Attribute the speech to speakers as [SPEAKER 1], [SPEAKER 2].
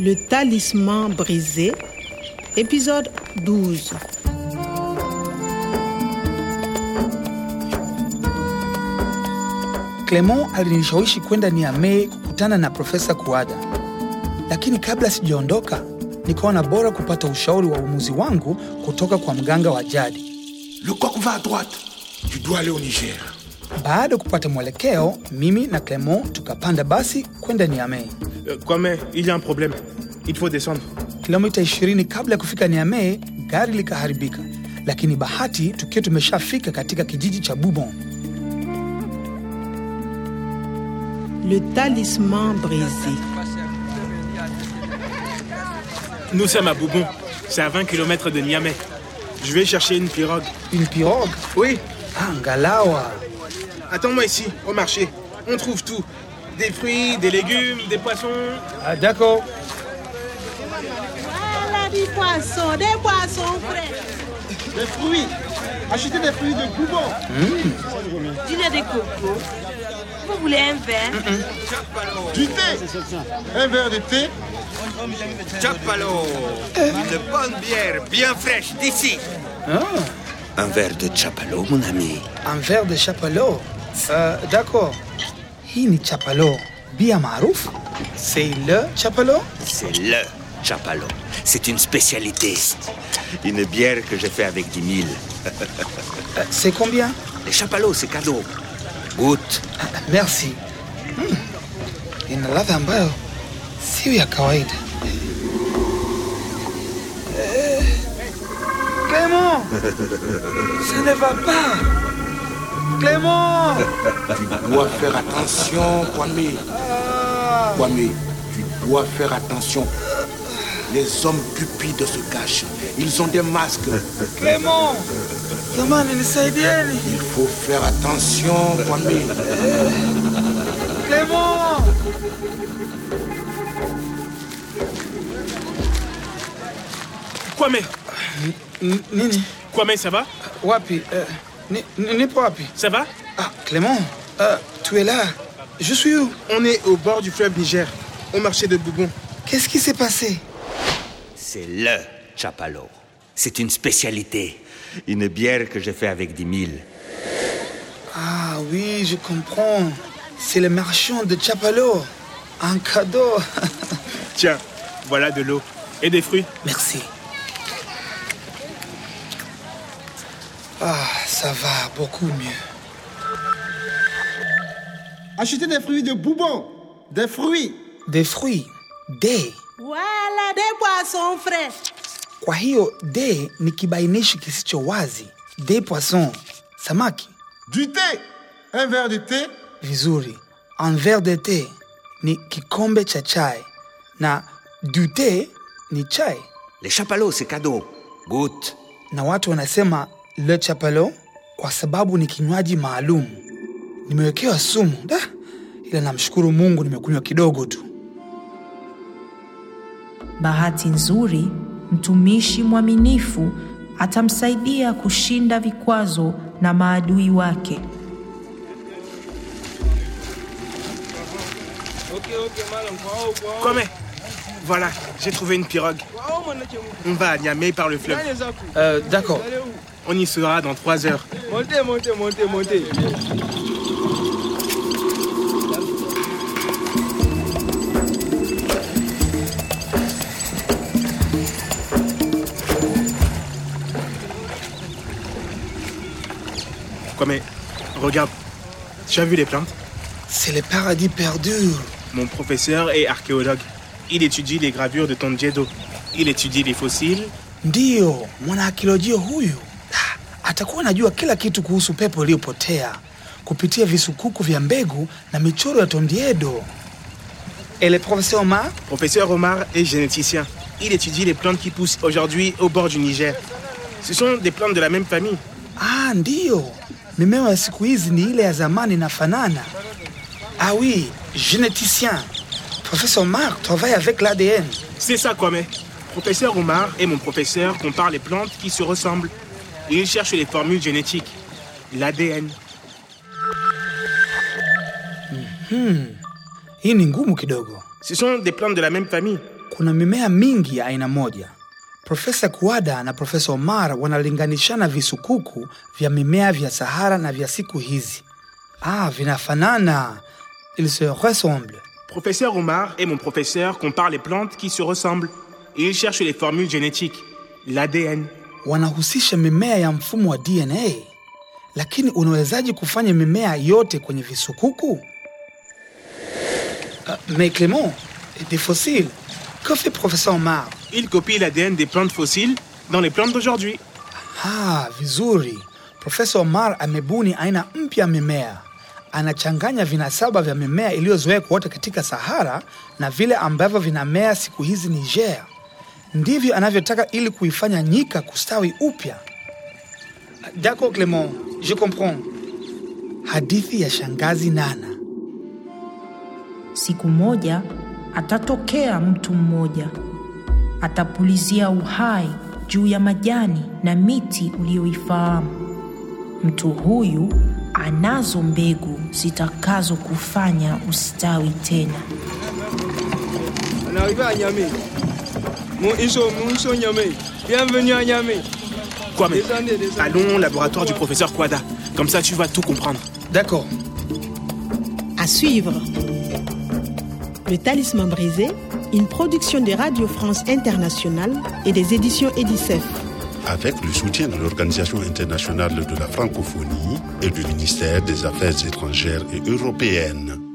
[SPEAKER 1] Le talisman brisé, épisode 12.
[SPEAKER 2] Clement alinishawishi kwenda Niamey kukutana na Profesa Kuada, lakini kabla sijaondoka, nikaona bora kupata ushauri wa uamuzi wangu kutoka kwa mganga wa jadi.
[SPEAKER 3] Le coq va à droite. Tu dois aller au Niger.
[SPEAKER 2] Baada ya kupata mwelekeo, mimi na Clement tukapanda basi kwenda Niamey.
[SPEAKER 4] Euh, Kwame, il y a un problème. Il faut descendre.
[SPEAKER 2] Kilomita 20 kabla ya kufika Niamey, gari likaharibika, lakini bahati tukiwa tumeshafika katika kijiji cha Bubon.
[SPEAKER 1] Le talisman brisé.
[SPEAKER 4] Nous sommes à Boubon. C'est à 20 km de Niamey. Je vais chercher une pirogue.
[SPEAKER 2] Une pirogue?
[SPEAKER 4] Oui,
[SPEAKER 2] Ah, ngalawa!
[SPEAKER 4] attends-moi ici, au marché. On trouve tout. Des fruits, des légumes, des poissons.
[SPEAKER 2] Ah, d'accord.
[SPEAKER 5] Voilà du poisson, des poissons frais.
[SPEAKER 6] Des fruits. Achetez des fruits de Boubon.
[SPEAKER 5] Dîner de coco. Vous voulez un verre
[SPEAKER 6] Du thé. Un verre de thé.
[SPEAKER 7] Chapalo Une bonne bière bien fraîche d'ici
[SPEAKER 2] Ah.
[SPEAKER 3] Un verre de chapalo, mon ami.
[SPEAKER 2] Un verre de chapalo. Euh, d'accord. Hii ni chapalo. Bia maarufu. C'est le chapalo.
[SPEAKER 3] C'est le chapalo. C'est une spécialité. Une bière que j'ai fait avec des mille.
[SPEAKER 2] Euh, C'est combien
[SPEAKER 3] Les chapalos, c'est cadeau. Goûte.
[SPEAKER 2] Ah, Merci. Mm. Ina ladha ambayo sio ya kawaida. Eh, Clément! Ça ne va pas! Clément!
[SPEAKER 8] Tu dois faire attention, Kwame. Kwame, tu dois faire attention. Les hommes cupides se cachent. Ils ont des masques.
[SPEAKER 2] Clément! Jamani nisaidieni!
[SPEAKER 8] Il faut faire attention, Kwame.
[SPEAKER 2] Clément!
[SPEAKER 4] Kwame,
[SPEAKER 2] N- Nini?
[SPEAKER 4] Kwame, ça va
[SPEAKER 2] Wapi? Eh, ni- ni- Nipo wapi?
[SPEAKER 4] Ça va
[SPEAKER 2] Ah, Clément, euh, tu es là. Je suis où
[SPEAKER 4] On est au bord du fleuve Niger, au marché de Boubon.
[SPEAKER 2] Qu'est-ce qui s'est passé
[SPEAKER 3] C'est le chapalo. C'est une spécialité. Une bière que j'ai fait avec des mille.
[SPEAKER 2] Ah oui, je comprends. C'est le marchand de Chapalo. Un cadeau.
[SPEAKER 4] Tiens, voilà de l'eau et des fruits.
[SPEAKER 2] Merci. Ah, ça va beaucoup mieux.
[SPEAKER 6] Achetez des fruits de Boubon. Des fruits.
[SPEAKER 2] Des fruits. Day.
[SPEAKER 5] Voilà des poissons frais.
[SPEAKER 2] Kwa hiyo day ni kibainishi kisicho wazi. Day poisson. Samaki.
[SPEAKER 6] Du thé. Un verre de thé.
[SPEAKER 2] Vizuri. Un verre de thé ni kikombe cha chai na du thé ni chai.
[SPEAKER 3] Les chapalos, c'est cadeau. Goûte.
[SPEAKER 2] na watu wanasema le chapalo kwa sababu ni kinywaji maalum. Nimewekewa sumu da, ila namshukuru Mungu nimekunywa kidogo tu.
[SPEAKER 9] Bahati nzuri, mtumishi mwaminifu atamsaidia kushinda vikwazo na maadui wake.
[SPEAKER 4] Kwame, voilà, j'ai trouvé une pirogue. On va à Niamey par le fleuve.
[SPEAKER 2] Euh, d'accord.
[SPEAKER 4] On y sera dans 3 heures.
[SPEAKER 6] Montez, montez, montez, montez.
[SPEAKER 4] Kwame, regarde. Tu as vu les plantes
[SPEAKER 2] C'est le paradis perdu.
[SPEAKER 4] Mon professeur est archéologue. Il étudie les gravures de Tondjedo. Il étudie les fossiles.
[SPEAKER 2] Ndiyo, mwanaakiolojia huyu Da, atakuwa anajua kila kitu kuhusu pepo iliyopotea kupitia visukuku vya mbegu na michoro ya tondiedo. Et le professeur Omar
[SPEAKER 4] Professeur Omar est généticien. Il étudie les plantes qui poussent aujourd'hui au bord du Niger. Ce sont des plantes de la même famille.
[SPEAKER 2] Ah, ndiyo, mimea ya siku hizi ni ile ya zamani inafanana. Ah oui, généticien. Professeur Marc travaille avec l'ADN.
[SPEAKER 4] C'est ça, Kwame. Professeur Omar et mon professeur comparent les plantes qui se ressemblent. Ils cherchent les formules génétiques, l'ADN.
[SPEAKER 2] Hii ni ngumu kidogo.
[SPEAKER 4] Ce sont des plantes de la même famille.
[SPEAKER 2] Kuna mimea mingi ya aina moja. Profesa Kuada na Profesa Omar wanalinganishana visukuku vya mimea vya Sahara na vya siku hizi. Ah, vinafanana. Il se ressemble.
[SPEAKER 4] Professeur Omar et mon professeur comparent les plantes qui se ressemblent et ils cherchent les formules génétiques, l'ADN.
[SPEAKER 2] Wanahusisha mimea ya mfumo wa DNA. Lakini unawezaje kufanya mimea yote kwenye visukuku? Ah, mais Clément, des fossiles. Que fait Professeur Omar?
[SPEAKER 4] Ils copient l'ADN des plantes fossiles dans les plantes d'aujourd'hui.
[SPEAKER 2] Ah, vizuri. Profesa Omar amebuni aina mpya ya mimea. Anachanganya vinasaba vya mimea iliyozoea kuota katika Sahara na vile ambavyo vinamea siku hizi Niger. Ndivyo anavyotaka ili kuifanya nyika kustawi upya. D'accord Clement, je comprends. Hadithi ya shangazi Nana.
[SPEAKER 9] Siku moja atatokea mtu mmoja, atapulizia uhai juu ya majani na miti uliyoifahamu. Mtu huyu anazo mbegu zitakazokufanya ustawi tena.
[SPEAKER 7] On arrive à Niamey. Mon iso, mon iso Niamey. Bienvenue à Niamey.
[SPEAKER 4] Quoi mais
[SPEAKER 7] Descendez, descendez.
[SPEAKER 4] Allons au laboratoire du professeur Kwada. Comme ça, tu vas tout comprendre.
[SPEAKER 2] D'accord.
[SPEAKER 1] À suivre. Le Talisman brisé, une production de Radio France Internationale et des éditions Edicef.
[SPEAKER 10] avec le soutien de l'Organisation internationale de la francophonie et du ministère des Affaires étrangères et européennes.